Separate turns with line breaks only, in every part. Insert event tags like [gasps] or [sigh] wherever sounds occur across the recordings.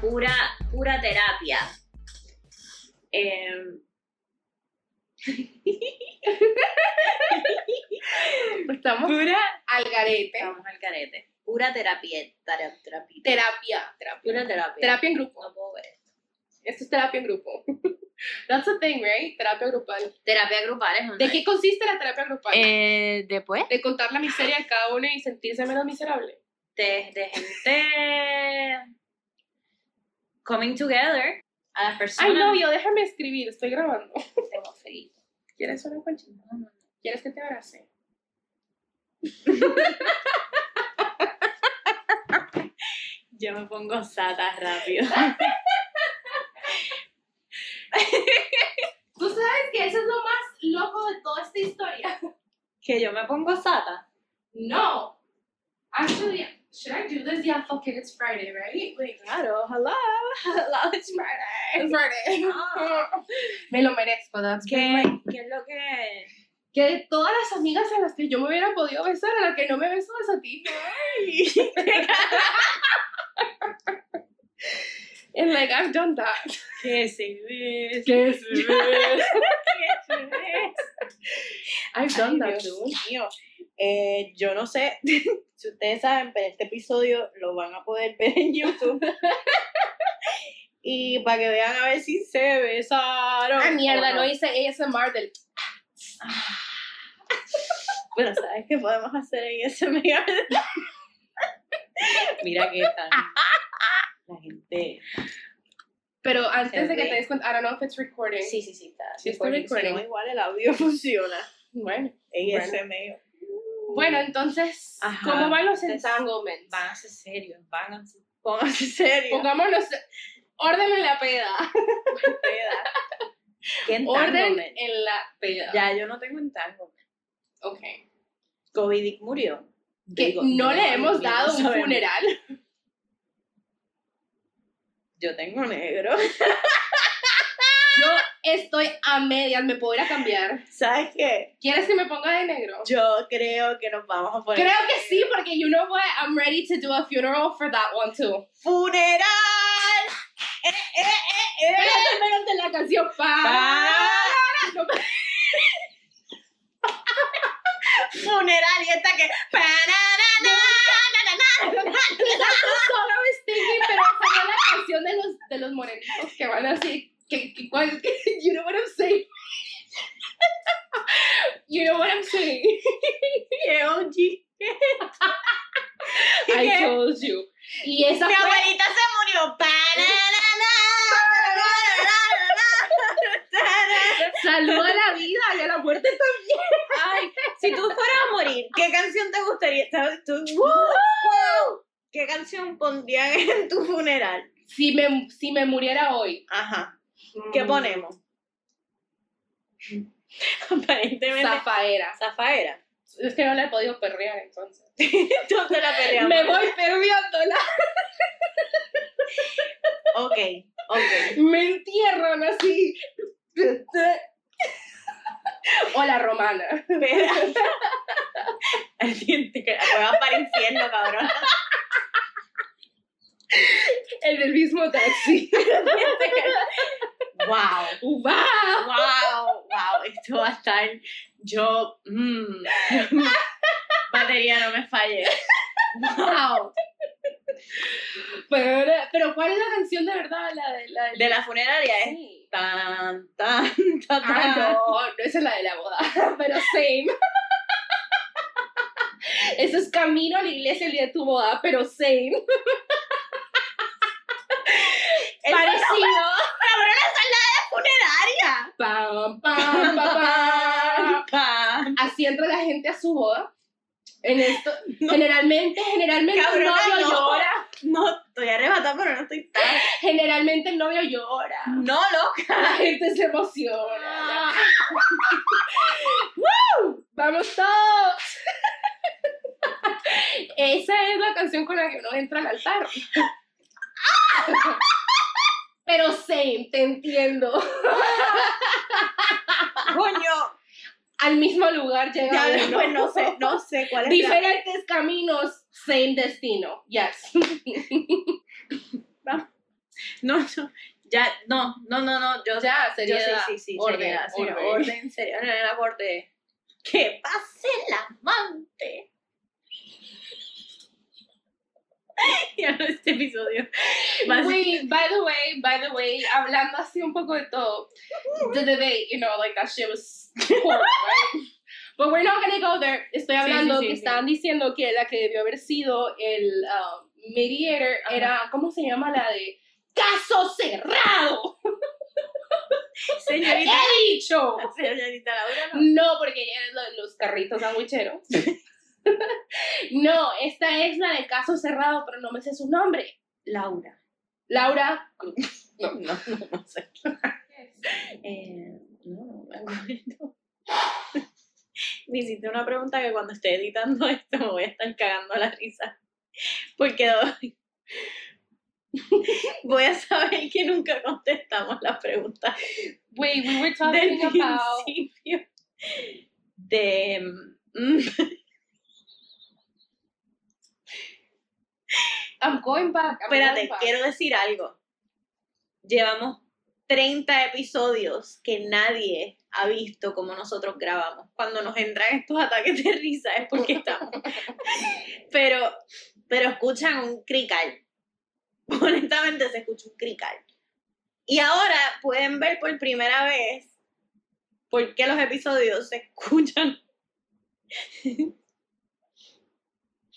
pura, pura terapia. Eh,
Pues Estamos
pura,
al garete.
vamos al carete. Pura terapia, tera- terapia,
Terapia. Terapia.
pura terapia.
Terapia en grupo.
No puedo ver.
Esto es terapia en grupo. [laughs] That's the thing, right? Terapia grupal.
Terapia grupal es un
¿De qué consiste la terapia grupal?
Eh, después
De contar la miseria de cada uno y sentirse menos miserable.
de, de gente coming together a las personas
Ay, novio, déjame escribir, estoy [laughs] grabando.
Tengo frío.
¿Quieres una conchita? ¿Quieres que te abrace?
yo me pongo sata rápido
Tú sabes que eso es lo más loco de toda esta historia.
[laughs]
[laughs]
que yo me pongo sata
No. Actually, should I do this? Yeah, fuck it, it's Friday, right? Like,
claro hello hello it's Friday
it's Friday. Me lo merezco, that's
¿Qué,
right.
Ah, ¿Qué es lo que
Que de todas las amigas a las que yo me hubiera podido besar, a la que no me beso es a ti. And like, I've done that.
¿Qué se ve?
Yes,
¿Qué
I've done that
Dios
too.
mío. Eh, yo no sé [laughs] si ustedes saben, pero este episodio lo van a poder ver en YouTube. y para que vean a ver si se besaron.
Ah, mierda,
o
no hice ASMR del...
Pero ¿sabes qué podemos hacer en ese [laughs] mega? Mira qué tal. La gente.
Pero antes
Se
de que
ve.
te des cuenta, I don't know if it's recording.
Sí, sí, sí, está.
Sí, estoy
Porque si no,
recording.
igual el audio funciona.
Bueno.
En
Bueno.
ese medio.
Bueno, entonces,
Ajá.
¿cómo van los
Entonces,
entanglements?
Van a ser serios, van a ser
Pónganse serio.
Pongámonos... Orden en la peda.
¿Qué
Orden
entanglement?
en la peda.
Ya yo no tengo entango.
Ok.
Covidic murió.
Que
Digo,
no le hemos
digo,
dado un
sabemos.
funeral.
Yo tengo negro. [laughs]
Yo estoy a medias, me puedo ir a cambiar.
¿Sabes qué?
¿Quieres que me ponga de negro?
Yo creo que nos vamos a poner.
Creo que sí, porque you know what, I'm ready to do a funeral for that one too.
¡Funeral! ¡Eh, eh, eh, Ah. eh!
Espérate, espérate la canción. [laughs]
Pa-
No,
¡Funeral! Y esta que.
[laughs] solo me stingy, pero salió la canción de los, de los morenitos que van así. Que, que, cual- que- [laughs] you know what I'm saying. [laughs] You know what I'm saying.
¡Qué OG! [laughs]
I told you. Y esa
Mi
fue...
abuelita se murió.
Saluda la vida y a la muerte
Ay, si tú fueras a morir, ¿qué canción te gustaría? ¿Sabes? Tú- ¡Wow! ¿Qué canción pondrían en tu funeral?
si me, si me muriera hoy.
Ajá. ¿Qué
mm,
ponemos? Aparentemente.
Zafaera.
Zafaera.
Es que no la he podido perrear entonces.
Entonces la peleamos.
Me voy perreándola.
Ok, ok.
Me entierran así. O la romana.
[laughs] Espera. Alguien te vas para el infierno, cabrón.
En el
[laughs]
mismo taxi.
Wow.
¡Uva!
Wow, wow. Esto va a estar. Yo. mm, [laughs] Batería, no me falle. [laughs] Wow.
Pero, pero ¿cuál es la canción de verdad? La de la,
De la ¿eh? funeraria es.
Sí.
Tan, tan, tan,
Ah,
tan.
no, no, esa es la de la boda, [laughs] pero same. Eso es camino a la iglesia el día de tu boda, pero same.
Eso
Parecido.
¡Cabrón, esa es
Pam, pam, pam,
la
pam.
de funeraria! Pan.
así entra la gente a su boda. En [laughs] esto,
No.
generalmente, generalmente el
Cabrona,
novio
no.
llora.
No, estoy arrebatada, pero no estoy tan.
Generalmente el novio llora.
No, loca.
La gente se emociona. ¡Woo! ¡Vamos todos! [laughs] Esa es la canción con la que uno entra al altar. [laughs] Pero same, te entiendo.
Coño.
Al mismo lugar llega
Ya, [laughs]
uno.
pues no sé, no sé cuál es. la-
Diferentes caminos, same destino. Yes.
No, no, ya, no, no, no, no, yo,
[laughs] Ya,
yo
seriedad.
sí, sí, sí,
orden,
seriedad, sí,
orden.
orden, seriedad, en el acorde. Que pase el amante. [laughs] ya no este episodio. va a ser-
Wait, by the way, by the way, hablando así un poco de todo, the debate, you know, like that shit was horrible, right? [laughs] But we're not gonna go there. Estoy
Sí, sí,
hablando
sí,
que
sí.
estaban diciendo que la que debió haber sido el um, mediator
Ajá.
era, ¿cómo se llama la de? ¡Caso cerrado! [laughs]
Señorita,
¡He dicho!
señorita Laura, no.
No, porque ella es lo- los carritos sandwicheros. [laughs] no, esta es la de caso cerrado, pero no me sé su nombre.
Laura.
Laura Cruz.
No, no, [laughs] no, no sé. Eh, no, no me acuerdo. [laughs] Me hiciste una pregunta que cuando esté editando esto me voy a estar cagando la risa. Porque doy- [laughs] voy a saber que nunca contestamos las preguntas
Wait, we were
del
talking about.
principio. De. mm,
I'm going back. I'm
Espérate,
going back.
quiero decir algo. Llevamos 30 episodios que nadie ha visto como nosotros grabamos. Cuando nos entran estos ataques de risa es porque estamos. pero, pero escuchan un crical. [laughs] Honestamente se escucha un crical. Y ahora pueden ver por primera vez por qué los episodios se escuchan.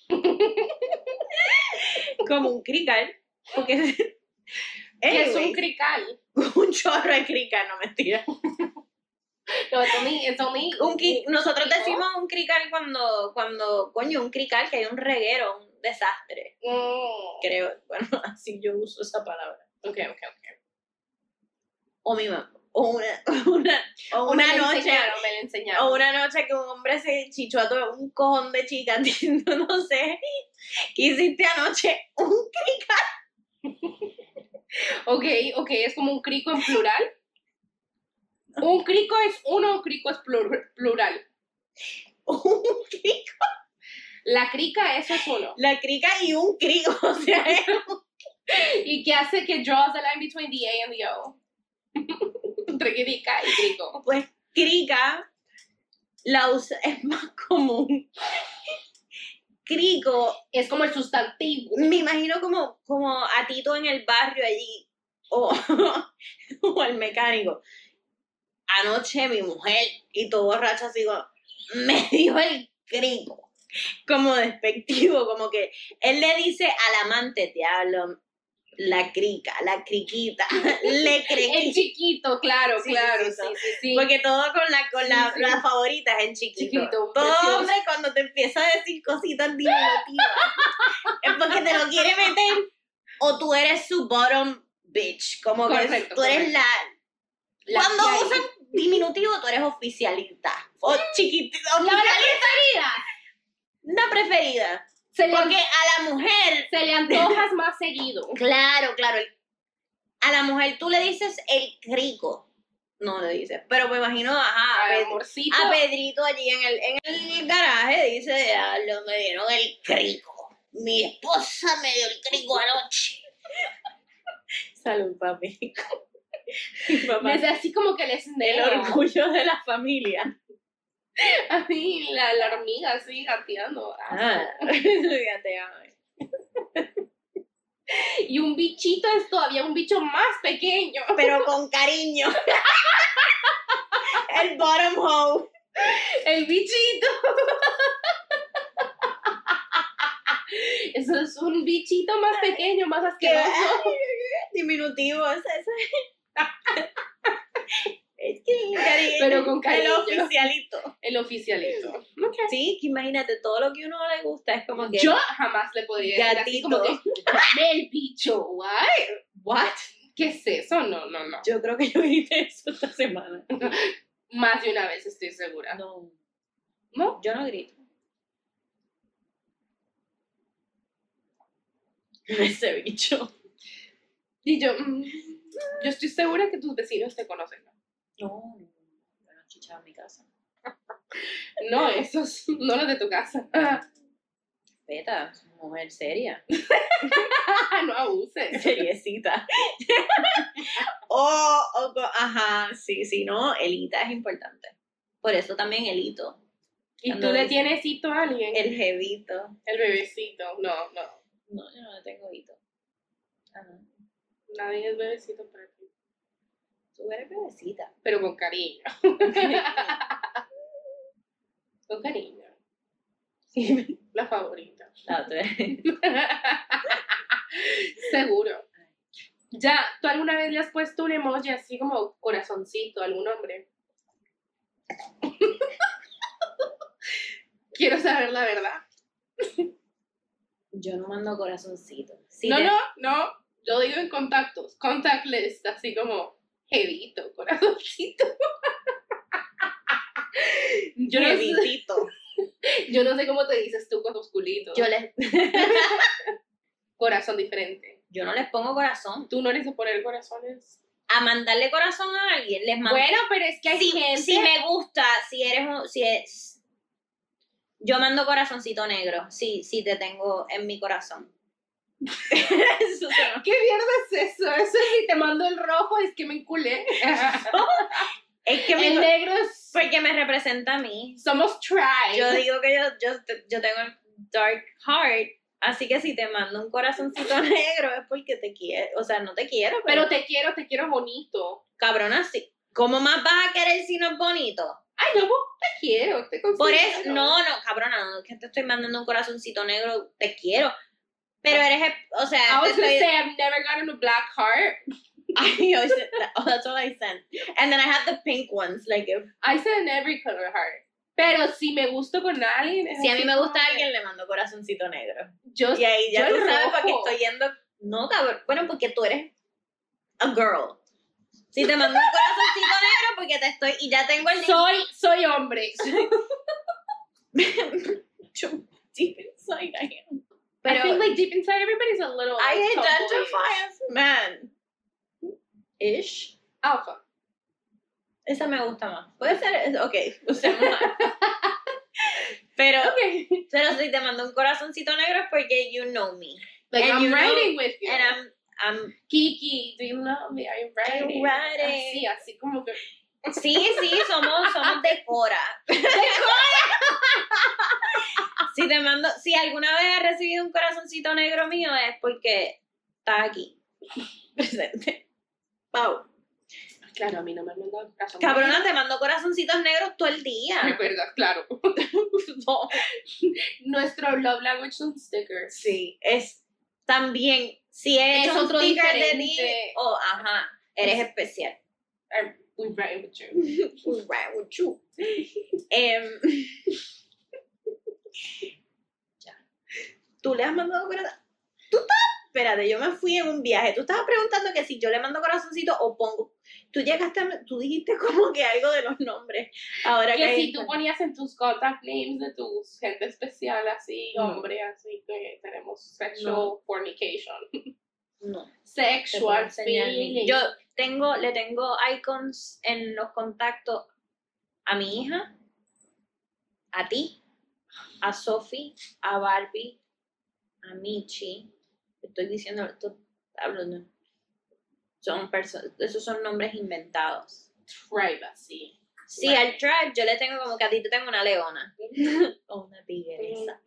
[laughs] como un crical. Porque
Que es un
Anyways
crical.
un chorro de crica, no mentira.
No, it's only, it's only.
Un cri- nosotros
crico.
decimos un crical cuando, cuando, coño, un crical que hay un reguero, un desastre,
Mm.
creo. Bueno, [laughs] así yo uso esa palabra.
Okay, okay, okay.
O mi mamá. O una, [laughs] una, o una
Me lo
noche.
enseñaron, me lo enseñaron.
O una noche que un hombre se chichó a todo un cojón de chicas, [laughs] no, no sé, ¿qué hiciste anoche? [laughs] Un
Okay, okay, es como un crico
[laughs]
en plural. Un crico es uno, un crico es plur- plural.
un crico.
La crica, eso es uno.
La crica y un crico, [laughs] o sea, es
¿Y qué hace que draws the line between the A and the O? [laughs] Entre crica y crico.
pues crica la usa, es más común. Crico
Es como el sustantivo.
me imagino como, como a Tito en el barrio allí, o, [laughs] o al mecánico. Anoche mi mujer y todo borracho así como, me [laughs] dio el crico, como despectivo, como que él le dice al amante, diablo, la crica, la criquita, [laughs] le
El
crequita.
chiquito, claro,
Sí,
claro.
sí, sí,
sí, sí, sí.
Porque todo con la, con la,
Sí, sí.
la favorita es en chiquito.
Chiquito,
todo
precioso.
hombre cuando te empieza a decir cositas diminutivas
[laughs]
es porque te lo quiere meter o tú eres su bottom bitch. Como que
Correcto,
tú eres
correcto.
la...
La
Cuando
que hay.
usan diminutivo tú eres oficialita. O chiquitita.
¡La hora
oficialita,
preferida!
Una preferida.
Se le,
Porque a la mujer...
se le antojas más seguido.
Claro, claro. A la mujer tú le dices el crico. No le dices. Pero me imagino, ajá. a
Ay,
ver,
amorcito.
a Pedrito allí en el, en el garaje dice, diablo, me dieron el crico. Mi esposa me dio el crico anoche. [laughs] Salud, papi. [laughs] Mi papá,
Desde así como que les
el
negro.
orgullo de la familia.
[laughs] A mí, la, la hormiga así gateando.
[laughs] Ah, ya te amo.
Y un bichito es todavía un bicho más pequeño. [laughs]
Pero con [laughs] cariño. El bottom hole.
El bichito. [laughs] Eso es un bichito más pequeño, más
Que,
asqueroso.
diminutivo. Es, es, [laughs] es que cariño.
Pero con cariño.
El oficialito.
El oficialito.
Sí, que imagínate, todo lo que uno le gusta es como que.
Yo jamás le podría decir así
Gatito.
como que, "Dame el bicho, what?
¿What?
¿Qué es eso? No, no, no.
Yo creo que yo hice [laughs] eso esta semana.
Más de una vez estoy segura.
No.
¿No?
Yo no grito. [laughs] Ese bicho.
Y yo, mm, yo estoy segura que tus vecinos te conocen.
No, yo no chichaba en mi casa. Ah.
No, esos no los de tu casa.
Respeta, es una mujer seria.
[laughs] no
[laughs]
abuses.
Seriecita. [laughs] o, o co- ajá, sí, sí, no, elita es importante. Por eso también elito,
Y
Cuando
tú le
dice-
tienes hito a alguien. El,
el jevito.
bebecito. No, no.
No, yo no le tengo hito. Ajá.
Nadie es bebecito para ti.
Tú eres
[laughs]
bebecita.
Pero con cariño. Con cariño.
Sí.
[laughs] La favorita.
No, tú eres-
Seguro. Ya, ¿tú alguna vez le has puesto un emoji así como corazoncito a algún hombre? [laughs] Quiero saber la verdad.
Yo no mando corazoncito. Sí,
no,
te-
no, no. Yo digo en contactos. Contact list, así como jevito, [laughs] corazoncito. yo, no sé,
Jevitito.
yo no sé cómo te dices tú con tus culitos.
Yo, les,
Corazón diferente.
yo no les pongo corazón.
Tú no eres de poner corazones.
A mandarle corazón a alguien, les mando
Bueno, pero es que hay
si,
gente.
si Ah. me gusta, si eres un, si es, yo mando corazoncito negro, sí, sí te tengo en mi
[laughs]
corazón. Eso se nos-
¿Qué mierda es eso? Eso es si te mando el rojo, es que me enculé.
es [laughs] que mi-
el negro es...
porque me representa a mí.
Somos try.
Yo digo que yo, yo, yo tengo el dark heart, así que si te mando un corazoncito [laughs] negro es porque te quiero, o sea, no te quiero, pero,
Pero te quiero, te quiero bonito.
cabrona, sí. ¿Cómo más vas a querer si no es bonito?
Ay, no, vos te quiero, te considero.
Por eso, no, no, cabrona, no, es que te estoy mandando un corazoncito negro, te quiero. Pero eres, o sea,
I
te [laughs]
was gonna
estoy-
say I've never gotten a black heart.
I always said that. Oh, that's all I sent. And then I had the pink ones. Like, if,
I said an every color heart. Pero si me gusto con alguien. es
si a
así
mí me
como
gusta
que
alguien, le mando corazoncito negro.
Yo,
Y ahí ya
yo
tú
el
sabes para qué
rojo.
estoy yendo. No, cabrón. Bueno, porque tú eres a girl. Si te mando un corazoncito negro, porque te estoy. Y ya tengo el.
soy, soy hombre. [laughs]
[laughs] Yo- Deep inside I am.
I think
Pero.
like deep inside everybody's a little.
I
like,
identify
tomboyish.
as man. Ish.
Alpha.
Esa me gusta más. Puede ser. es- Ok, [laughs] usemos alfa. Pero.
Okay. [laughs]
Pero si te mando un corazoncito negro es porque you know me.
Like
And you
I'm
know-
writing with you.
And I'm, I'm,
Kiki, do you love me? Are you writing?
writing.
Así, así como que.
sí, sí, somos, somos de Cora. [laughs] Si te mando, si alguna vez has recibido un corazoncito negro mío es porque estás aquí, presente. Pau.
Claro, a mí no me han mandado corazón.
Cabrona, te mando corazoncitos negros todo el día.
Recuerda, claro.
No.
Nuestro love language son stickers.
Sí, es también, si he
Es
hecho un
otro
sticker de ti,
diferente.
oh, ajá, eres especial.
I'm- we write
[laughs]
with you.
Right with [laughs] you. Em, [laughs] ya. Tú le has mandado corazón. Tú estás. Espérate, yo me fui en un viaje. Tú estabas preguntando que si yo le mando corazoncito o pongo. Tú llegaste a. Tú dijiste como que algo de los nombres. Ahora que.
Que si tú ponías en tus contact names de tu gente especial así,
No.
hombre, así que tenemos sexual
No.
fornication.
No. te puedo
Sexual
enseñar mi-
feeling.
Yo tengo, le tengo icons en los contactos a mi hija, a ti, a Sophie, a Barbie, a Michi. Estoy diciendo, estoy hablando. Son personas, esos son nombres inventados.
privacy.
Sí,
Right.
al tribe yo le tengo como que a ti te tengo una [laughs] leona o una tigresa.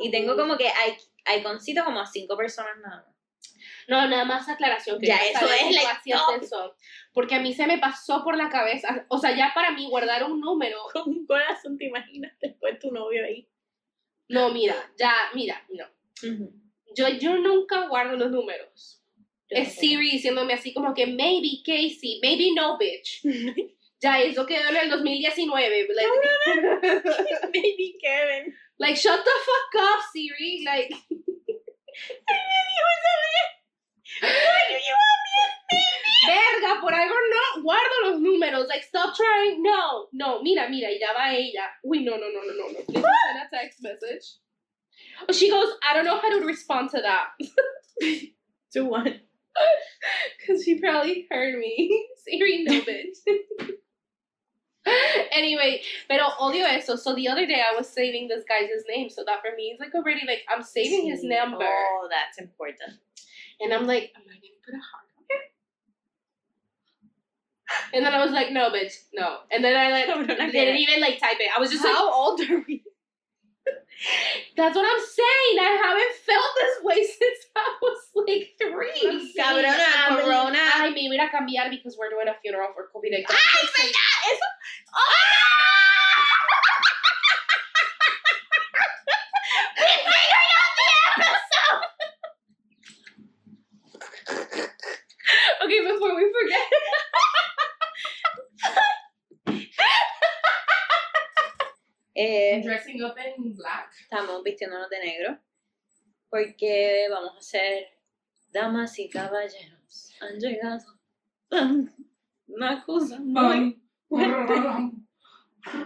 Y tengo como que ic- iconcito como a cinco personas nada más.
No, nada más aclaración. Que
Ya,
yo
eso
sabía
es,
que tú
like,
hacías
stop.
eso. Porque a mí se me pasó por la cabeza. O sea, ya para mí guardar un número.
Con un corazón, te imaginas después tu novio ahí.
No, mira, ya, mira, no. Yo, yo nunca guardo los números. es Siri diciéndome así como que maybe Casey, maybe no, bitch. Ya, eso quedó en el 2019. Like,
Baby Kevin.
[laughs]
[laughs]
like, shut the fuck up, Siri. Like, verga, por algo no guardo los números. Like, stop trying. No, no, mira, mira, y ya va ella. Uy, no, no, no, no, no, no. Please don't send a text message. Oh, she goes, I don't know how to respond to that.
To one.
[laughs]
[laughs]
Because she probably heard me. Siri, no, bitch. [laughs] anyway, pero odio eso. So the other day I was saving this guy's his name. So that for me is like already like I'm saving his
Sí.
number.
Oh, that's
[laughs]
important.
And I'm like, am I gonna put a heart on it? And then I was like, no, bitch, no. And then
[laughs]
I like
Cabrona,
didn't even like type it. I was just like,
old are we?
that's what I'm saying. I haven't felt this way [laughs] since I was like three.
Cabrona,
I mean,
corona.
Ay, me voy a cambiar because we're doing a funeral for COVID. Like,
Eso.
Oh! [laughs] Okay, before we forget.
[laughs]
[laughs]
Eh,
Dressing up in black.
estamos vistiéndonos de negro porque vamos a ser damas y caballeros. Han llegado [laughs] una cosa muy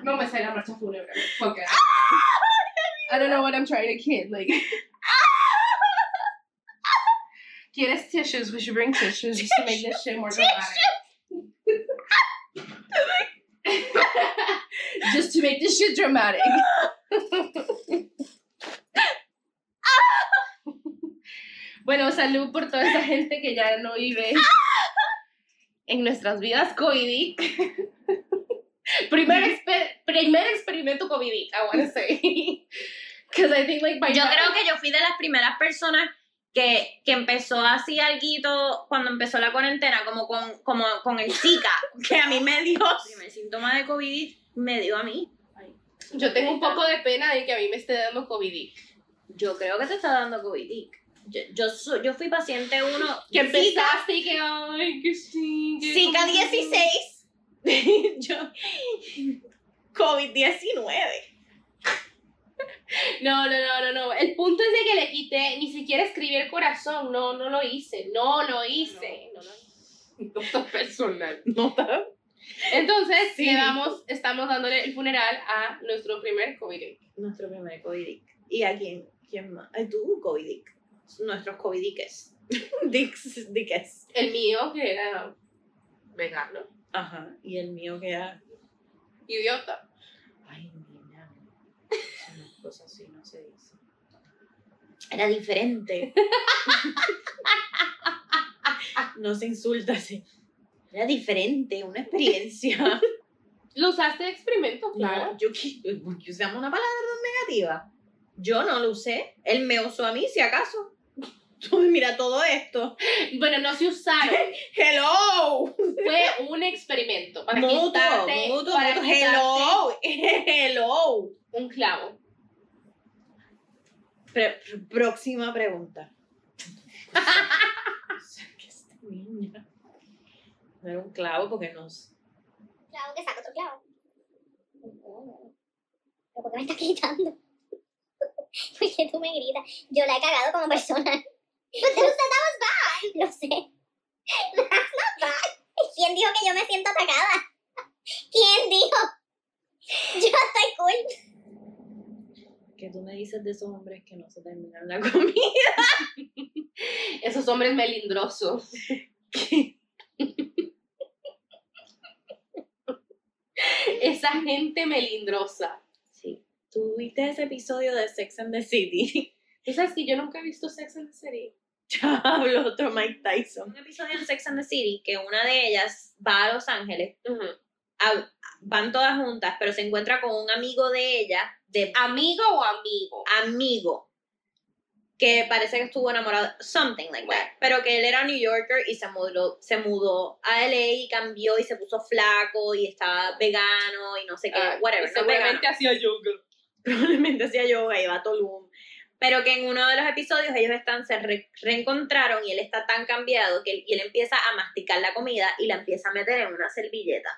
no me sale la marcha fúnebre. Fuck it.
I don't know what I'm trying to kid. Like. Get us tissues. We should bring tissues just to make this shit more dramatic. [laughs] just to make this shit dramatic. [laughs] bueno, salud por toda esa gente que ya no vive en nuestras vidas COVID. primer, exper- primer experimento COVID, I want to say. Because I think like my
Yo creo que yo fui de las primeras personas que, que empezó así alguito cuando empezó la cuarentena, como con, como con el Zika, [laughs] que a mí me dio. El primer síntoma de COVID me dio a mí.
Yo tengo un poco de pena de que a mí me esté dando COVID.
Yo creo que te está dando COVID. Dick. Yo, yo, su- yo fui paciente uno.
Que
Zika,
empezaste y que, ay, que sí. que
Zika
como-
16.
[laughs]
yo. COVID-19.
No, no, no, no, no. El punto es de que le quité, ni siquiera escribí el corazón. No, no lo hice. No lo hice. No, lo hice.
[laughs]
Doctor personal.
Entonces,
Sí.
quedamos, estamos dándole el funeral a nuestro primer COVID.
Nuestro primer COVID. Dick. ¿Y a quién, quién más? Ay, tú, COVID. Dick. Nuestros COVID Dicks. [laughs] Dicks. Dickes.
El mío, que era vegano,
Ajá. Y el mío que era.
idiota.
Ay, nena. Esas cosas así no se dice. Era [laughs] diferente. no se insulta así. Era diferente, una experiencia.
Lo usaste de experimento, claro.
No, yo qui- ¿por qué usamos una palabra tan negativa. Yo no lo usé. Él me usó a mí, si acaso. [laughs] Uy, mira todo esto.
Bueno, no se usaron.
[laughs] Hello.
Fue un experimento para
mutuo,
quitarte,
mutuo,
para
mutuo.
quitarte
Hello. [laughs] Hello.
un clavo.
Pre- pr- próxima pregunta. ¿Qué esta niña? No era [laughs] un clavo porque nos.
Clavo, que saco otro clavo. ¿Pero por qué me estás gritando? [laughs] ¿Por qué tú me gritas? Yo la he cagado como persona. [laughs] Usted no bad. Lo sé. [laughs] That's not bad. ¿Quién dijo que yo me siento atacada? [laughs] ¿Quién dijo? Yo estoy cool.
¿Qué tú me dices de esos hombres que no se terminan la [laughs] comida?
[laughs] Esos hombres melindrosos. Esa gente melindrosa.
Sí. Tú viste ese episodio de Sex and the City.
¿Tú sabes que yo nunca he visto Sex and the City?
[laughs] Hablo otro Mike Tyson. Un episodio de Sex and the City que una de ellas va a Los Ángeles. a- van todas juntas, pero se encuentra con un amigo de ella, de
¿Amigo o amigo?
amigo que parece que estuvo enamorado, something like that, pero que él era New Yorker y se mudó, se mudó a LA y cambió y se puso flaco y estaba vegano y no sé qué,
Ah,
whatever, no vegano.
seguramente hacía yoga.
[laughs] Probablemente hacía yoga, iba a Tulum, pero que en uno de los episodios ellos están, se re- reencontraron y él está tan cambiado que él, y él empieza a masticar la comida y la empieza a meter en una servilleta.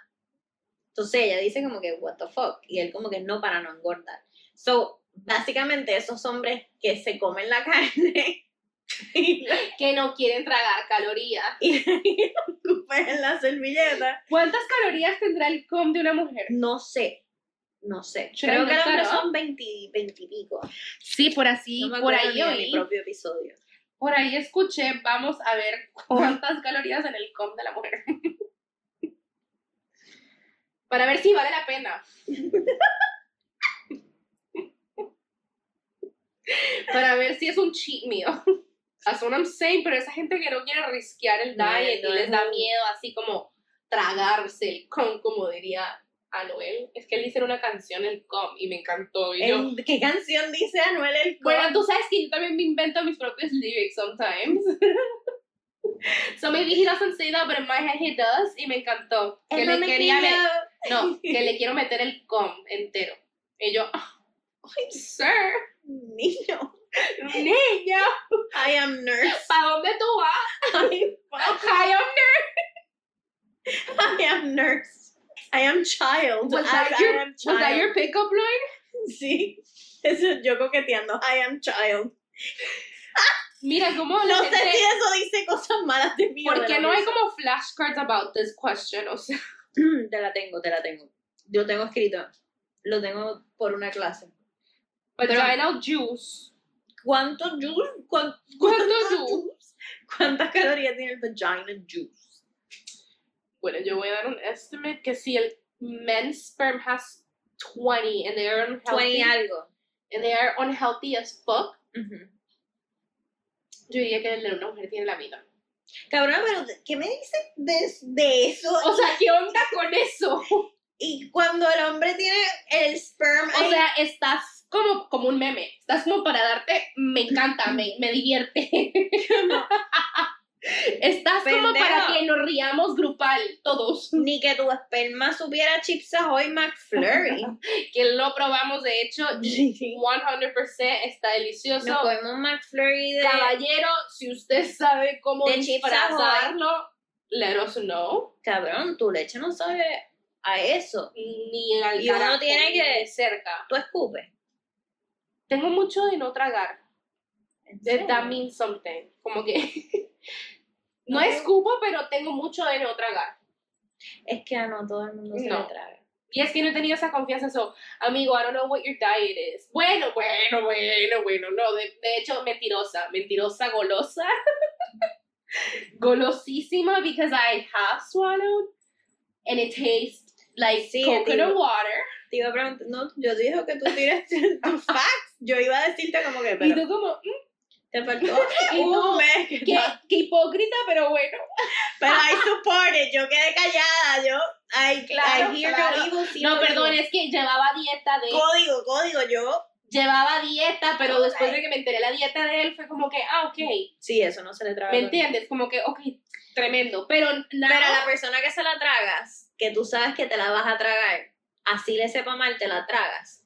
Entonces ella dice como que, what the fuck, y él como que no para no engordar. So, básicamente esos hombres que se comen la carne [laughs] y la
Que no quieren tragar calorías.
ocupan en la servilleta.
¿Cuántas calorías tendrá el com de una mujer?
No sé, no sé.
Yo
Creo
no
que los hombres
creo.
son 20, 20 y pico.
Sí, por así,
No me
por
acuerdo
ahí
ni de
oí.
mi propio episodio.
Por ahí escuché, vamos a ver cuántas calorías en el com de la mujer. [laughs] para ver si vale la pena. [laughs] para ver si es un cheat meal. [laughs] That's what I'm saying, pero esa gente que no quiere risquear el
No,
diet
no,
y les
es
da
un-
miedo así como tragarse el con, como diría Anuel. Es que él hizo una canción, el com, y me encantó. Y yo,
El- ¿Qué canción dice Anuel el coro?
bueno, tú sabes que yo también me invento mis propios lyrics sometimes. [laughs] so maybe he doesn't say that, but in my head he does. Y me encantó.
Él
Que
no
le
me
quería
quería-
me- No, que le quiero meter el com entero. Y yo, "Ah, ay, sir,
Niño.
niño,
I am nurse. [laughs]
¿para dónde tú vas?
I,
Hi, I'm
I am nurse. I am child.
Was
I-
that
I,
your-
am
Was that
child.
your pickup line?
Sí. Eso es yo coqueteando. I am child.
Mira, como la
No sé
gente-
si eso dice cosas malas de mí. o
¿Por
de
qué
la
no hay
persona.
como flashcards about this question? O sea,
[clears throat] Te la tengo, te la tengo. Yo tengo escrito. Lo tengo por una clase.
vaginal juice.
¿Cuánto juice? ¿Cuán-
¿Cuánto
juice? ¿Cuántas calorías tiene el vagina juice?
Bueno, yo voy a dar un estimate que si el men's sperm has 20 and they are
20
unhealthy,
algo.
and they are unhealthy as fuck,
Ujú.
yo diría que el de una mujer tiene la mitad.
Cabrón, pero ¿qué me dices de, de eso?
O sea, ¿qué onda con eso? O
y cuando el hombre tiene el sperm ahí,
sea, estás como, como un meme. Estás como para darte, me encanta, me, me divierte. Estás como para
Pendejo.
que nos riamos grupal, todos.
ni que tu esperma supiera chips ahoy
[laughs]
McFlurry.
Que lo probamos, de hecho, y 100% está delicioso.
Nos comemos McFlurry de...
Caballero, si usted sabe cómo
De Chips
disfrazarlo, let us know.
Cabrón, tu leche no sabe a eso.
Ni al
Y uno
carajo,
tiene
ni
que-
cerca.
Tú escupes.
Tengo mucho de no tragar.
¿En
That, that
serio?
means something. Como que [laughs] no
Ok.
escupo, pero tengo mucho de no tragar.
Es que a no todo el mundo se
No.
le traga.
Y es que no he tenido esa confianza. So, amigo, I don't know what your diet is. Bueno, bueno, bueno, bueno. No, de, de hecho, mentirosa. Mentirosa, golosa. [laughs] Golosísima, because I have swallowed. And it tastes like
Sí,
coconut
digo.
water.
Te iba a preguntar, no, yo dije que tú tiraste [laughs] tus facts. Yo iba a decirte como que,
Y
pero
tú como, mm,
te faltó
[laughs] Y tú,
un mes. que
qué,
no.
qué hipócrita, pero bueno.
Pero I support it, yo quedé callada, yo, I,
Claro,
I hear
claro.
no evil, see
No,
no
perdón,
evil.
es que llevaba dieta de...
Código, código, yo.
Llevaba dieta, pero después de que me enteré la dieta de él, fue como que, ah, ok.
Sí, eso no se le traga.
¿Me
Mentira.
entiendes? Como que, ok, tremendo. Pero nada.
Pero a la persona que se la tragas, que tú sabes que te la vas a tragar, así le sepa mal, te la tragas.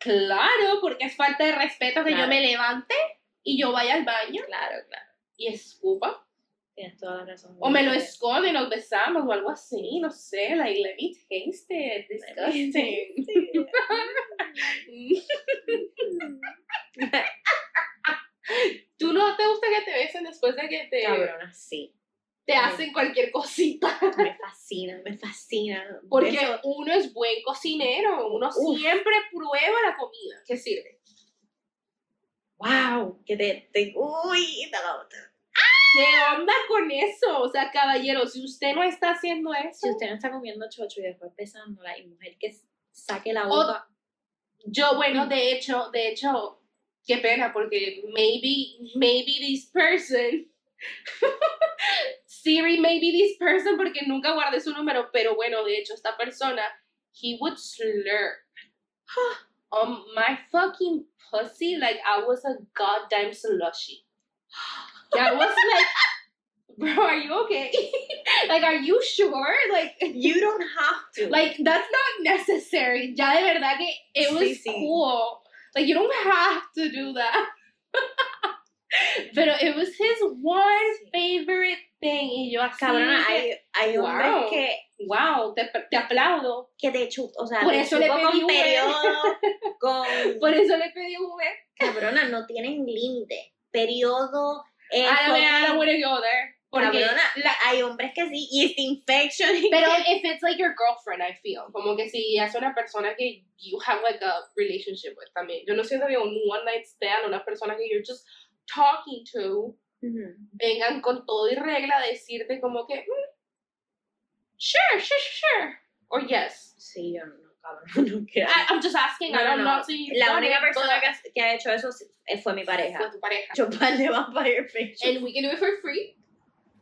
Claro, porque es falta de respeto que yo
Claro.
me levante y yo vaya al baño
Claro, claro.
y escupa.
Tienes toda la razón.
O me lo esconde y nos besamos o algo así, no sé. Like, let me taste it. Disgusting.
[laughs]
¿Tú no te gusta que te besen después de que te,
Cabrona, sí.
te hacen cualquier cosita?
Me fascina, me fascina.
Porque
Beso-
uno es buen cocinero, uno
Uf.
siempre prueba la comida que sirve.
wow, que te, te uy, te la otra.
¿Qué onda con eso? O sea, caballero, si usted no está haciendo eso,
Si usted no está comiendo chocho y después pesándola y mujer que s- saque la
O-
boca,
Yo, bueno, de hecho, de hecho, qué pena, porque maybe, maybe this person, [laughs] Siri, maybe this person, porque nunca guardé su número, pero bueno, de hecho, esta persona, he would slurp [gasps] on my fucking pussy like I was a goddamn slushy. That was like, [laughs] bro, are you okay? like, are you sure? Like,
you don't have to.
Like that's not necessary. Ya de verdad que it was
Sí, sí.
cool. Like you don't have to do that. Pero it was his one favorite thing y yo así.
Cabrona,
que,
hay, hay
Wow.
hombres que,
wow, te, te aplaudo.
que te chupa, o sea,
Por
te
eso le
chupa
pedí Pues
con
Uber.
periodo,
[laughs]
con
Por eso le pedí Uber.
cabrona, no tienen límite. Periodo, eh,
I don't, I
fucking-
don't wanna go there. Porque
cabrona,
la-
hay hombres que sí, y it's infection. y [laughs]
pero
que-
if it's like your girlfriend, I feel. Como que si es una persona que you have like a relationship with también. Yo no siento que un one night stand, una persona que you're just talking to, vengan con todo y regla a decirte como que, "Mm, sure, sure, sure, sure. Or yes.
Sí, yo no, cabrón, [laughs] no quiero.
I, I'm just asking.
No,
I
no,
don't
no.
know. si-
La única
but-
persona que, has- que ha hecho eso eh, fue mi
Con
pareja.
tu pareja.
[laughs] Yo par de vampire pictures.
And we can do it for free.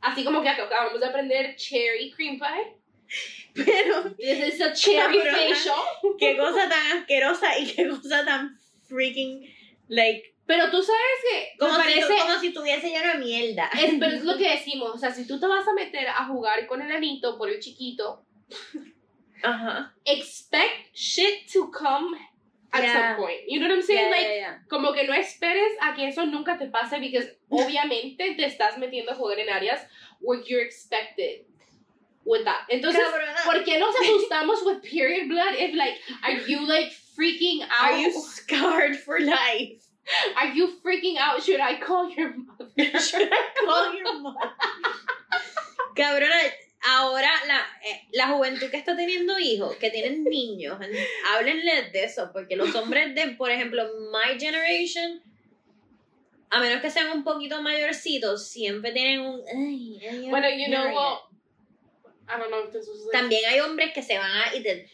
Así como que acá vamos a aprender cherry cream pie.
[laughs]
[laughs]
Pero
This is a cherry
Cabrona.
facial.
qué cosa tan asquerosa y qué cosa tan freaking like
Pero tú sabes que
como,
me parece...
si, como si tuviese lleno de mierda.
es, pero es lo que decimos. O sea, si tú te vas a meter a jugar con el anito por el chiquito,
[laughs] Ajá.
expect shit to come at
Yeah.
some point. You know what I'm
Yeah,
saying? like,
yeah, yeah.
como que no esperes a que eso nunca te pase, porque obviamente te estás metiendo a jugar en áreas where you're expected with that. Entonces,
Cabrona,
¿por qué nos asustamos with period blood if like, are you like freaking out?
are you scarred for life?
[laughs] Are you freaking out? Should I call your mother?
Call your mom. Cabrona, ahora la, eh, la juventud que está teniendo hijos, que tienen niños, en- háblenles de eso, porque los hombres de, por ejemplo, my generation, a menos que sean un poquito mayorcitos, siempre tienen un... Ay, ay, ay,
Bueno, you know
ay".
what? I don't know if this was like,
También hay hombres que se van a... Y te,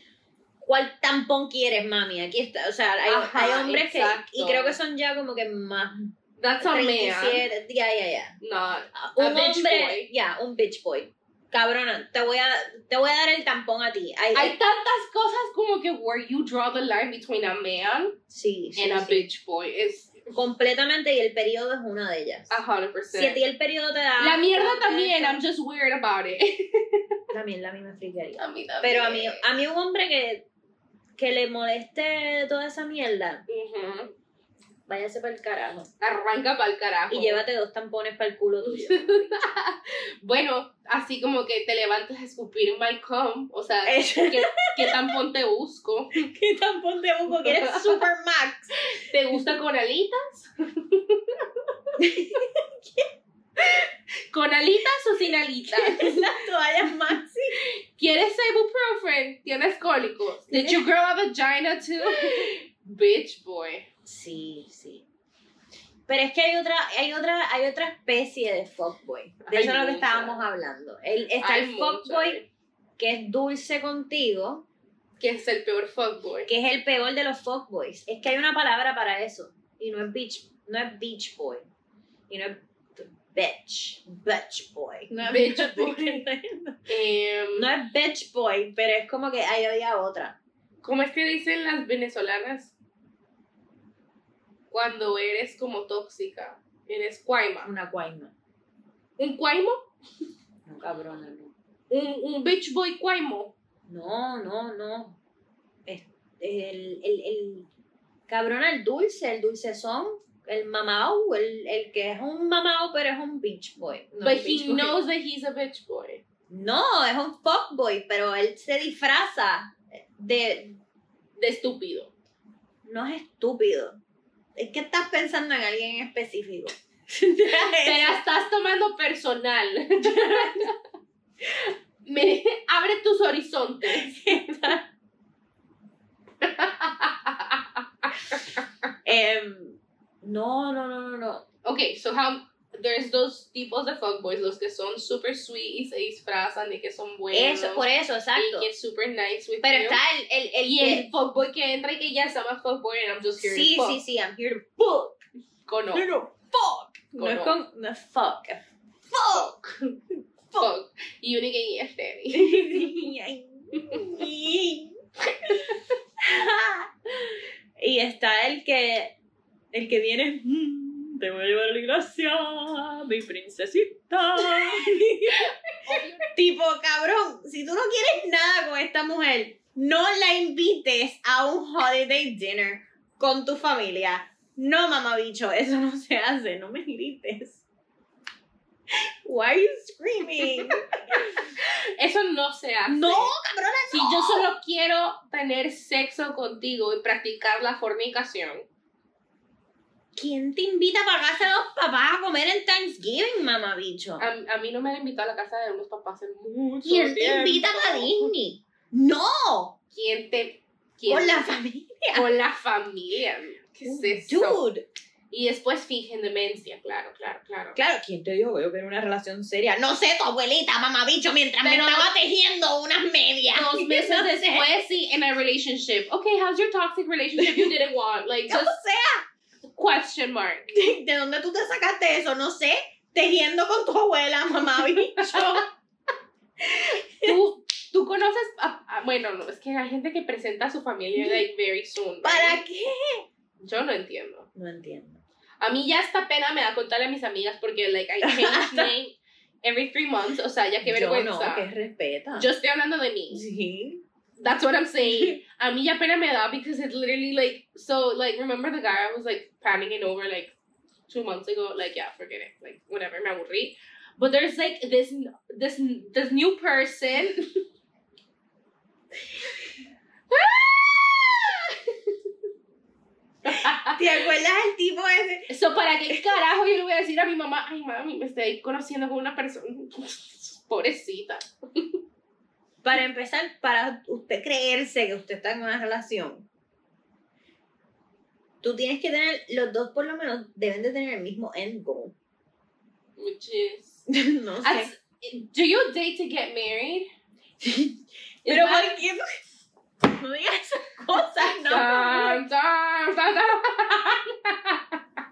¿Cuál tampón quieres, mami? Aquí está. O sea, hay,
Ajá,
hay hombres
exacto.
que... Y creo que son ya como que más...
that's a man.
37, ya, ya, ya.
No,
un
A bitch
hombre,
boy.
ya, un bitch boy. Cabrona, te voy a, te voy a dar el tampón a ti. Ay,
hay tantas cosas como que where you draw the line between a man
sí, sí,
and a
sí.
bitch boy is
Completamente y el periodo es una de ellas.
a hundred
Si a
percent.
ti el periodo te da.
La mierda también, I'm just weird about it.
También la misma friquería.
A mí también.
Pero a mí, a mí un hombre que, que le moleste toda esa mierda,
Ujú.
váyase para el carajo.
Arranca para el carajo.
Y llévate dos tampones para el culo
[laughs]
tuyo.
Bueno, así como que te levantas a escupir my cum, o sea,
¿Qué
¿qué [laughs] tampón te busco?
tampón te busco? Que eres super max.
¿Te gusta con alitas? ¿Con alitas o sin alitas?
[laughs]
[laughs]
Las toallas maxi.
¿Quieres ibuprofen? ¿Tienes cólicos? ¿Did you grow a vagina too? [laughs] Bitch boy.
Sí, sí. Pero es que hay otra, hay otra, hay otra especie de fuckboy. De
Hay
eso es lo que
mucha.
estábamos hablando. El, está
Hay
el
mucho,
fuckboy
eh,
que es dulce contigo,
Que es el peor fuckboy.
que es el peor de los fuckboys. Es que hay una palabra para eso. Y no es beach, no es beach boy. Y no es bitch. Bitch boy. No es
Bitch boy. Em,
No es bitch boy, pero es como que ahí había otra.
¿Cómo es que dicen las venezolanas? Cuando eres como tóxica, eres cuaima.
Una cuaima.
¿Un cuaimo?
No, cabrona, no.
¿Un, un bitch boy cuaimo?
No, no, no. Es- el, el, el cabrón, el dulce, el dulcezón, el mamao, el, el que es un mamao, pero es un bitch boy. No,
But
es bitch
he
boy.
knows that he's a bitch boy.
No, es un fuckboy, pero él se disfraza de.
De estúpido.
No es estúpido. Es que estás pensando en alguien en específico.
Te la estás tomando personal. [laughs] Me- abre tus horizontes.
[laughs] Em, no, no, no, no, no.
Ok, so how... There's those tipos de fuckboys, los que son super sweet y se disfrazan de que son buenos.
Eso, por eso,
y
exacto.
que es super nice with
Pero
you.
está el, el, el,
Y el fuckboy que entra y que ya estaba fuckboy and I'm just here
Sí,
to fuck.
sí, sí, I'm here to fuck.
Con o.
No, no, fuck. No es
Con
con no, fuck.
Fuck.
[laughs]
Fuck. Y una que ya está.
[laughs] y está el que el que viene "Mm, te voy a llevar a la iglesia, mi princesita. tipo, cabrón, si tú no quieres nada con esta mujer, no la invites a un holiday dinner con tu familia. No, mamabicho, eso no se hace, no me grites. Why are you screaming?
Eso no se hace.
no, cabrón,
Si yo solo quiero tener sexo contigo y practicar la fornicación.
¿Quién te invita para casa de los papás a comer en Thanksgiving, mamá bicho?
A, a mí no me han invitado a la casa de unos papás en mucho
¿Quién te
tiempo.
invita para Disney? No,
¿Quién te... quién-
con la familia.
Con la familia. ¿Qué es eso?
Dude,
Y después fingen demencia, claro, claro,
[laughs]
claro.
Claro, ¿quién te dijo que yo quería una relación seria? No sé, tu abuelita, mamabicho, mientras
Pero-
me estaba tejiendo unas medias.
Dos
[laughs]
meses
No sé.
después, sí, in a relationship. Okay, how's your toxic relationship you didn't
[laughs]
want? Like,
No
just
sé,
question mark.
¿de dónde tú te sacaste eso? No sé, tejiendo con tu abuela, mamabicho.
[laughs] Tú, tú conoces, a- a- bueno, no, es que hay gente que presenta a su familia, like, very soon. right?
¿Para qué?
Yo no entiendo.
No entiendo.
A mí ya esta pena me da contarle a mis amigas porque, like, I
[laughs]
change name every three months. O sea, ya qué
yo
vergüenza.
no, que respeta.
Yo estoy hablando de mí.
sí.
That's what I'm [laughs] saying. A mí ya pena me da because it's literally like, so, like, remember the guy I was, like, panicking over, like, two months ago? Like, yeah, forget it. Like, whatever, me aburrí. But there's, like, this, this, this new person. [laughs]
¿Te acuerdas el tipo ese?
So, ¿para qué carajo yo le voy a decir a mi mamá, ay, mami, me estoy conociendo con una persona? [laughs] Pobrecita.
Para empezar, para usted creerse que usted está en una relación, tú tienes que tener, los dos por lo menos deben de tener el mismo end goal.
Which is...
[laughs] no sé.
As- do you date to get married? Is
Pero
that-
¿por qué? [laughs] No digas esas cosas, no.
Dun, dun, dun, dun.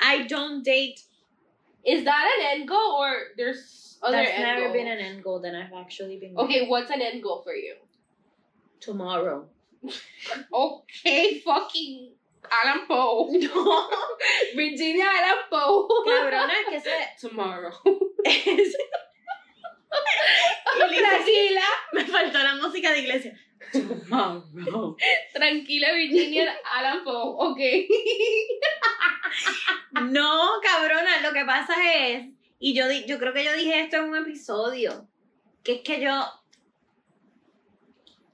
I don't date.
[laughs] Is that an end goal or there's other
There's
end
never
goal?
been an end goal that I've actually been.
okay,
married.
what's an end goal for you?
Tomorrow.
Okay, fucking Alan
[laughs]
Poe.
No,
Virginia Alan Poe.
cabrona, que se.
[laughs]
[laughs]
Tomorrow.
Y Lisa, Me faltó la música de iglesia. Tomorrow.
Tranquila, Virginia Alan Poe. Okay.
No, cabrona, lo que pasa es, y yo, di- yo creo que yo dije esto en un episodio, que es que yo...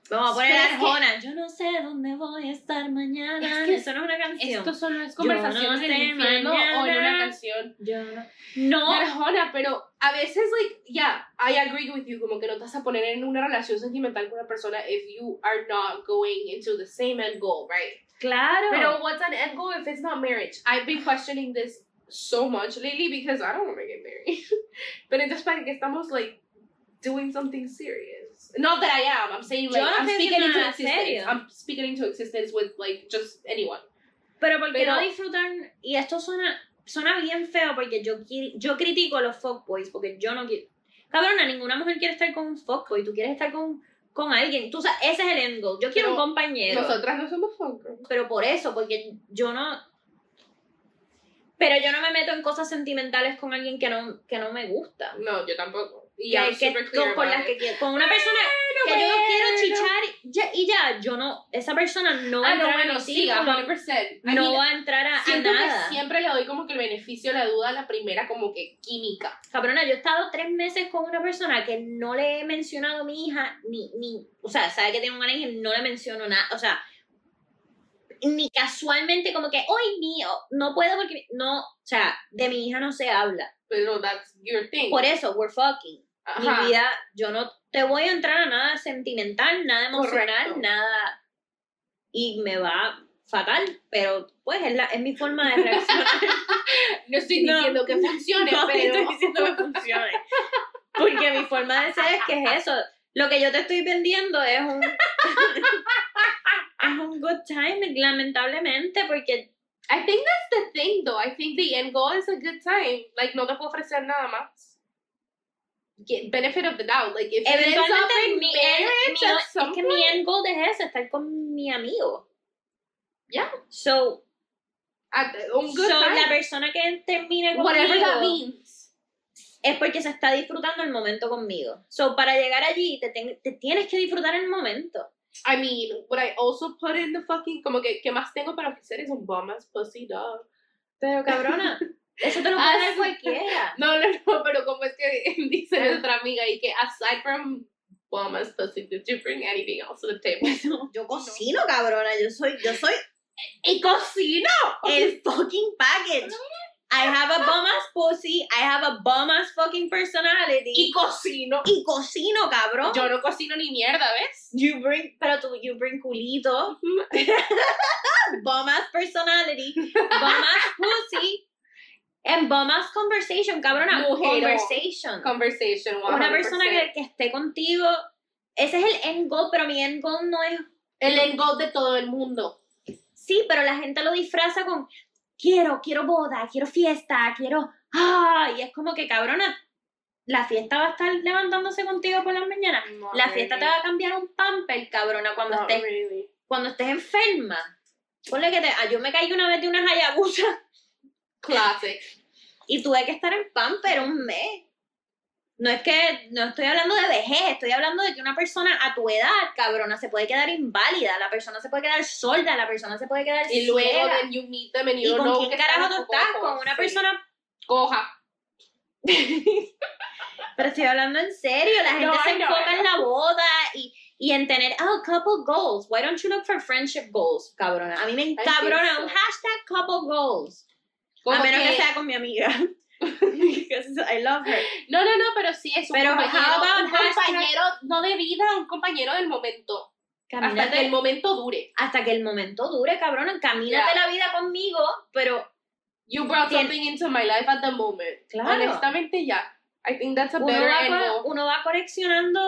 Vamos a poner
Pero es
Arjona. Yo no sé dónde voy a estar mañana.
Es que
Eso no es una canción.
Esto solo es
Yo no
conversación en
sé
el infierno o en una
mañana.
canción.
Yo no... No,
Arjona, pero a veces, like, yeah, I agree with you, como que no te vas a poner en una relación sentimental con una persona if you are not going into the same end goal, right?
claro.
Pero what's an end goal if it's not marriage? I've been questioning this so much lately because I don't want to get married. [laughs] Pero entonces para que estamos, like, doing something serious. Not that I am, I'm saying, like,
Yo no
I'm
estoy
speaking
diciendo
into
nada
existence.
serio.
I'm speaking into existence with, like, just anyone.
Pero ¿por qué
Pero-
no disfrutar? Y esto suena, suena bien feo porque yo, qui- yo critico a los fuckboys porque yo no quiero... Cabrona, ninguna mujer quiere estar con un fuckboy. Tú quieres estar con, con alguien. Tú sabes, ese es el end goal. Yo quiero un
Pero
compañero.
Nosotras no somos fun girls.
Pero por eso, porque yo no... Pero yo no me meto en cosas sentimentales con alguien que no, que no me gusta.
No, yo tampoco. Y
Que-
I'm
que-
super
con,
clear
con
about
las
it.
que quiero- con una persona que yo no quiero chichar ya- y ya, yo no, esa persona no va a
Ah, no,
entrar a
bueno,
mi
sí,
círculo,
100%. I
no
mean,
va a entrar a, a
siento que
nada.
siempre le doy como que el beneficio de la duda a la primera como que química.
Cabrona, yo he estado tres meses con una persona que no le he mencionado a mi hija, ni, ni, o sea, sabe que tiene un alergia, no le menciono nada, o sea, ni casualmente como que, hoy mío, no puedo porque, no, o sea, de mi hija no se habla.
Pero that's your thing.
Por eso, we're fucking.
Ajá.
Mi vida, yo no te voy a entrar a nada sentimental, nada emocional,
Correcto.
nada, y me va fatal, pero pues es, la, es mi forma de reaccionar.
No
[laughs]
estoy
No.
diciendo que funcione,
No,
pero... [laughs]
estoy diciendo que funcione. Porque mi forma de ser es que es eso. Lo que yo te estoy vendiendo es un. es un good time, lamentablemente, porque.
I think that's the thing, though. I think the end goal is a good time. Like, no te puedo ofrecer nada más. Get benefit of the doubt. Like, if it ends up
Eventualmente,
in
mi,
marriage
mi-
at
es
some
que
point-
mi end goal es ese, estar con mi amigo.
Yeah.
So,
at the- un good
so la
time.
persona que termine conmigo
Whatever that means.
es porque se está disfrutando el momento conmigo. So, para llegar allí, te, ten- te tienes que disfrutar el momento.
I mean, what I also put in the fucking como que qué más tengo para ofrecer es un bomb ass pussy dog.
Pero cabrona, [laughs] eso
[laughs]
te lo puede dar
Así-
cualquiera.
No, no, no, pero como es que [laughs] dice nuestra amiga y que aside from bomb ass pussy, did you bring anything else to the table?
Yo cocino, cabrona. Yo soy, yo soy
¡Y cocina!
el fucking package. I have a bum ass pussy. I have a bum ass fucking
[laughs] Y
personality.
cocino.
Y, cocino, cabrón.
Yo no cocino ni mierda, ¿ves?
you bring, pero tú, you bring [laughs] culito. bum ass personality. Bum ass pussy. And bum ass conversation, cabrona.
Mujerón.
Conversation.
Conversation.
Una
100%.
persona que, que esté contigo. Ese es el end goal, pero mi end goal no es
El end goal de todo el mundo.
Sí, pero la gente lo disfraza con quiero, quiero boda, quiero fiesta, quiero. ¡Ah! Y es como que, cabrona, la fiesta va a estar levantándose contigo por las mañanas. La fiesta te va a cambiar un pamper, cabrona, cuando,
No,
estés,
really.
cuando estés enferma. Ponle que te. Ah, yo me caí una vez de una hayabusa
Classic.
y tuve que estar en pamper un mes. No es que. No estoy hablando de vejez, estoy hablando de que una persona a tu edad, cabrona, se puede quedar inválida, la persona se puede quedar sorda, la persona se puede quedar.
Y luego,
ciega.
then you meet them and you
¿Y
don't
con
know
quién
qué
carajo tú
están
estás?
locos.
Con una
Sí.
persona.
Coja.
Pero estoy hablando en serio. La gente
No,
se
I know,
enfoca
I
en la boda y, y en tener, oh, couple goals. Why don't you look for friendship goals, cabrona? A mí me
think
encabrona un
so.
hashtag couple goals.
Como
a menos que...
que-
sea con mi
[laughs]
amiga. Because I love her.
No, no, no, pero sí es un
Pero, how
compañero.
about
Un
hashtag-
compañero, no de vida, un compañero del momento. Hasta
Camínate-
que el momento dure.
hasta que el momento dure, cabrona. Camínate la vida conmigo, pero
You brought
Tien-
something into my life at the moment.
Claro.
Honestamente, ya. I think that's a
uno
better
va,
end
co-
goal.
uno va coleccionando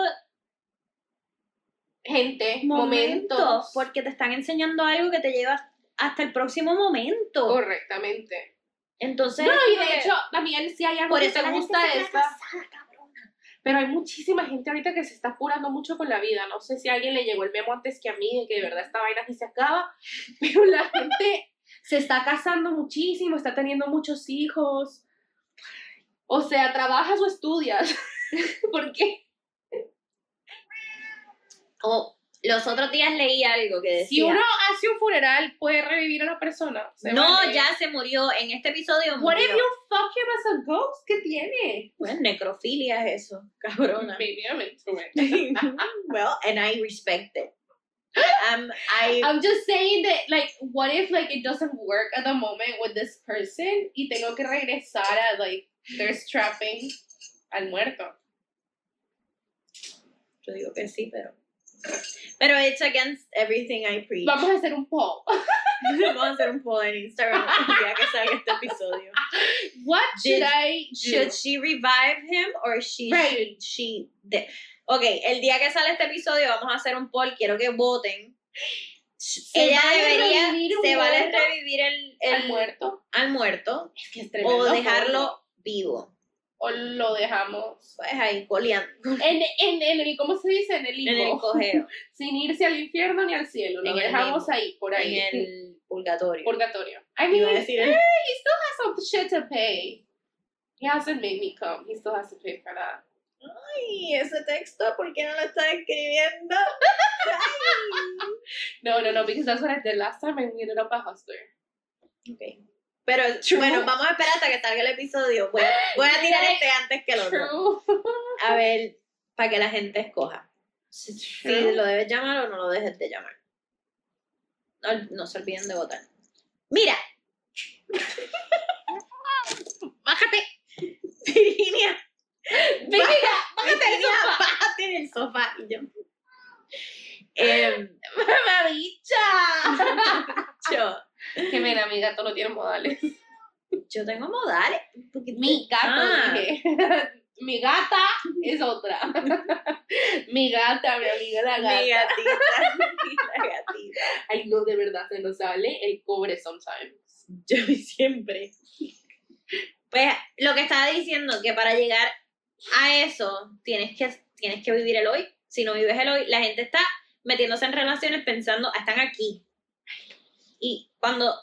Gente,
momentos,
momentos.
porque te están enseñando algo que te lleva hasta el próximo momento.
Correctamente.
Entonces,
No, y
como
de
que-
hecho, también sí hay algo
Por
que
eso
te
la gente
gusta
se
de
queda
esta. Pero hay muchísima gente ahorita que se está apurando mucho con la vida. No sé si a alguien le llegó el memo antes que a mí de que de verdad esta vaina sí se acaba. [laughs] Pero la gente se está casando muchísimo, está teniendo muchos hijos. O sea, trabajas o estudias. [laughs] Porque
Oh, los otros días leí algo que decía.
si uno hace un funeral, puede revivir a la persona. Se
no,
vale.
ya se murió. En este episodio
What if
murió.
you fuck him as a ghost? ¿Qué tiene?
Bueno, necrofilia es eso, cabrona.
Maybe I'm into it.
[laughs] well, and I respect it. Um, I,
I'm just saying that, like, what if, like, it doesn't work at the moment with this person y tengo que regresar a, like, they're strapping al muerto.
yo digo que sí, pero... Pero it's against everything I preach.
Vamos a hacer un poll.
[laughs] Vamos a hacer un poll en Instagram el día que salga este episodio.
What should
Did-
I do?
Should she revive him or she
Right.
should she de- Ok, el día que sale este episodio vamos a hacer un poll, quiero que voten. Ella
vale
debería,
revivir un
se vale
muerto?
revivir el, el-
al muerto.
al muerto
Es que es
o
tremendo poll.
dejarlo vivo.
O lo dejamos.
Pues ahí, coleando,
En, en, en el, ¿cómo se dice? En el limbo.
en el
[laughs]
cojeo,
Sin irse al infierno ni al cielo. Lo
En el
dejamos
limbo.
ahí, por ahí.
en el purgatorio.
Purgatorio. I mean,
Iba a decir el-
he still has some shit to pay. He hasn't made me come. He still has to pay for that.
Ay, ese texto, ¿por qué no lo estás
[laughs]
escribiendo?
No, no, no, because that's what I did last time and we ended up at Hustler.
Ok. Pero bueno, vamos a esperar hasta que salga el episodio. Voy a, voy a tirar este antes que el otro.
True. [laughs]
A ver, para que la gente escoja. Si si lo debes llamar o no lo dejes de llamar. No, no se olviden de votar. Mira,
[laughs] Bájate.
Virginia,
Venga, bájate del
Virginia,
sofá.
bájate del sofá. Y yo.
[laughs]
Em,
Mamabicha.
yo,
Que mira, mi gato no tiene modales.
yo tengo modales. un poquito-
Mi gato,
Ah,
dije. [laughs] Mi gata es otra. [laughs] mi gata, mi amiga la gata.
Mi gatita. [laughs] mi gatita.
Ay, no, de verdad, se nos sale el cobre sometimes.
[laughs] Yo siempre. Pues lo que estaba diciendo, que para llegar a eso tienes que, tienes que vivir el hoy. Si no vives el hoy, la gente está metiéndose en relaciones pensando, "Ah, están aquí. Y cuando...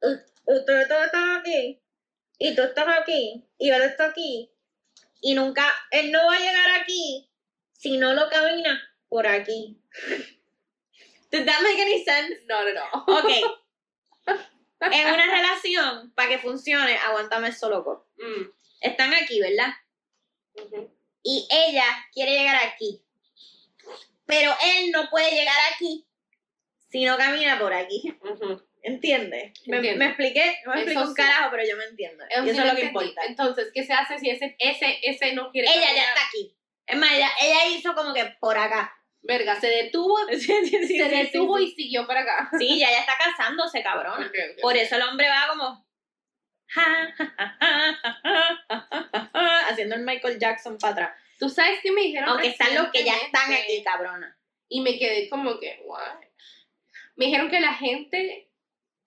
"Uh, uh, Tú tú estás aquí. Y tú estás aquí. Y yo estoy aquí. Y nunca... Él no va a llegar aquí si no lo camina por aquí. [laughs] ¿Does that make any sense?
No, no, no.
Ok. en una relación, para que funcione, aguántame eso, loco.
Mm.
Están aquí, ¿verdad?
Ujú.
Y ella quiere llegar aquí. Pero él no puede llegar aquí si no camina por aquí.
Ujú.
¿Entiendes? Me,
Entiendo.
me expliqué, no me
Eso
expliqué un
sí.
carajo, pero yo me entiendo.
Eso
y
sí
eso
lo
es lo que
entendí.
importa.
Entonces, ¿qué se hace si ese, ese, ese no quiere
Ella ya
caminar?
está aquí. Es más, ella, ella hizo como que por acá. [laughs]
Verga, se detuvo,
Sí, sí, sí, sí,
se detuvo
sí,
y siguió para acá.
sí. Sí, ella ya está casándose, cabrona.
Ok, ok.
Por eso el hombre va como. ja, ja, ja, ja, ja, ja, ja, ja, Haciendo el Michael Jackson para atrás.
Tú sabes que me dijeron.
Aunque están los que ya están
recientemente?
aquí, cabrona.
Y me quedé como que, what? Me dijeron que la gente,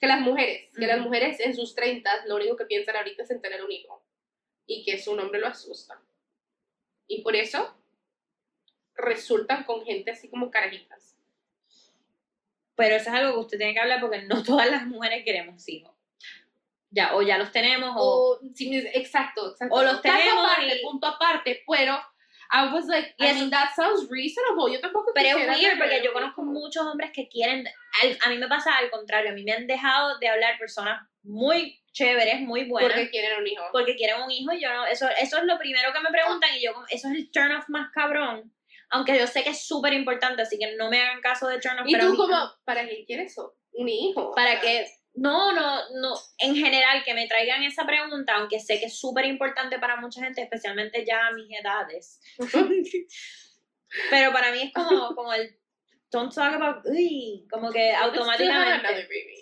que las mujeres, que las
Ujú.
mujeres en sus 30 lo único que piensan ahorita es en tener un hijo. Y que su nombre lo asusta. Y por eso resultan con gente así como carajitas.
Pero eso es algo que usted tiene que hablar porque no [laughs] todas las mujeres queremos hijos. Ya, o ya los tenemos, o.
O, sí, mis- exacto, exacto.
O los
Caso
tenemos
aparte,
y-
punto aparte, pero I was like,
Y
I
eso-
mean, that sounds reasonable. Yo tampoco
Pero es
quisiera
weird
tener
porque yo
un
conozco
hijo.
muchos hombres que quieren. al- a mí me pasa al contrario, a mí me han dejado de hablar personas muy chéveres, muy buenas.
Porque quieren un hijo.
porque quieren un hijo y yo no, eso, eso es lo primero que me preguntan y yo como, eso es el turn off más cabrón, aunque yo sé que es súper importante, así que no me hagan caso de turn off.
Y
pero a
tú
mí-
como, ¿para qué quieres eso? Un hijo. o
Para
sea.
que, no, no, no, en general que me traigan esa pregunta, aunque sé que es súper importante para mucha gente, especialmente ya a mis edades.
[laughs]
pero para mí es como, como el, don't talk about, uy, como que
You could still have
automáticamente,
another baby.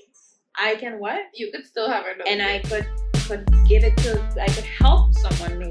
I can what?
You could still have another
And I
baby.
could, could give it to, I could help someone,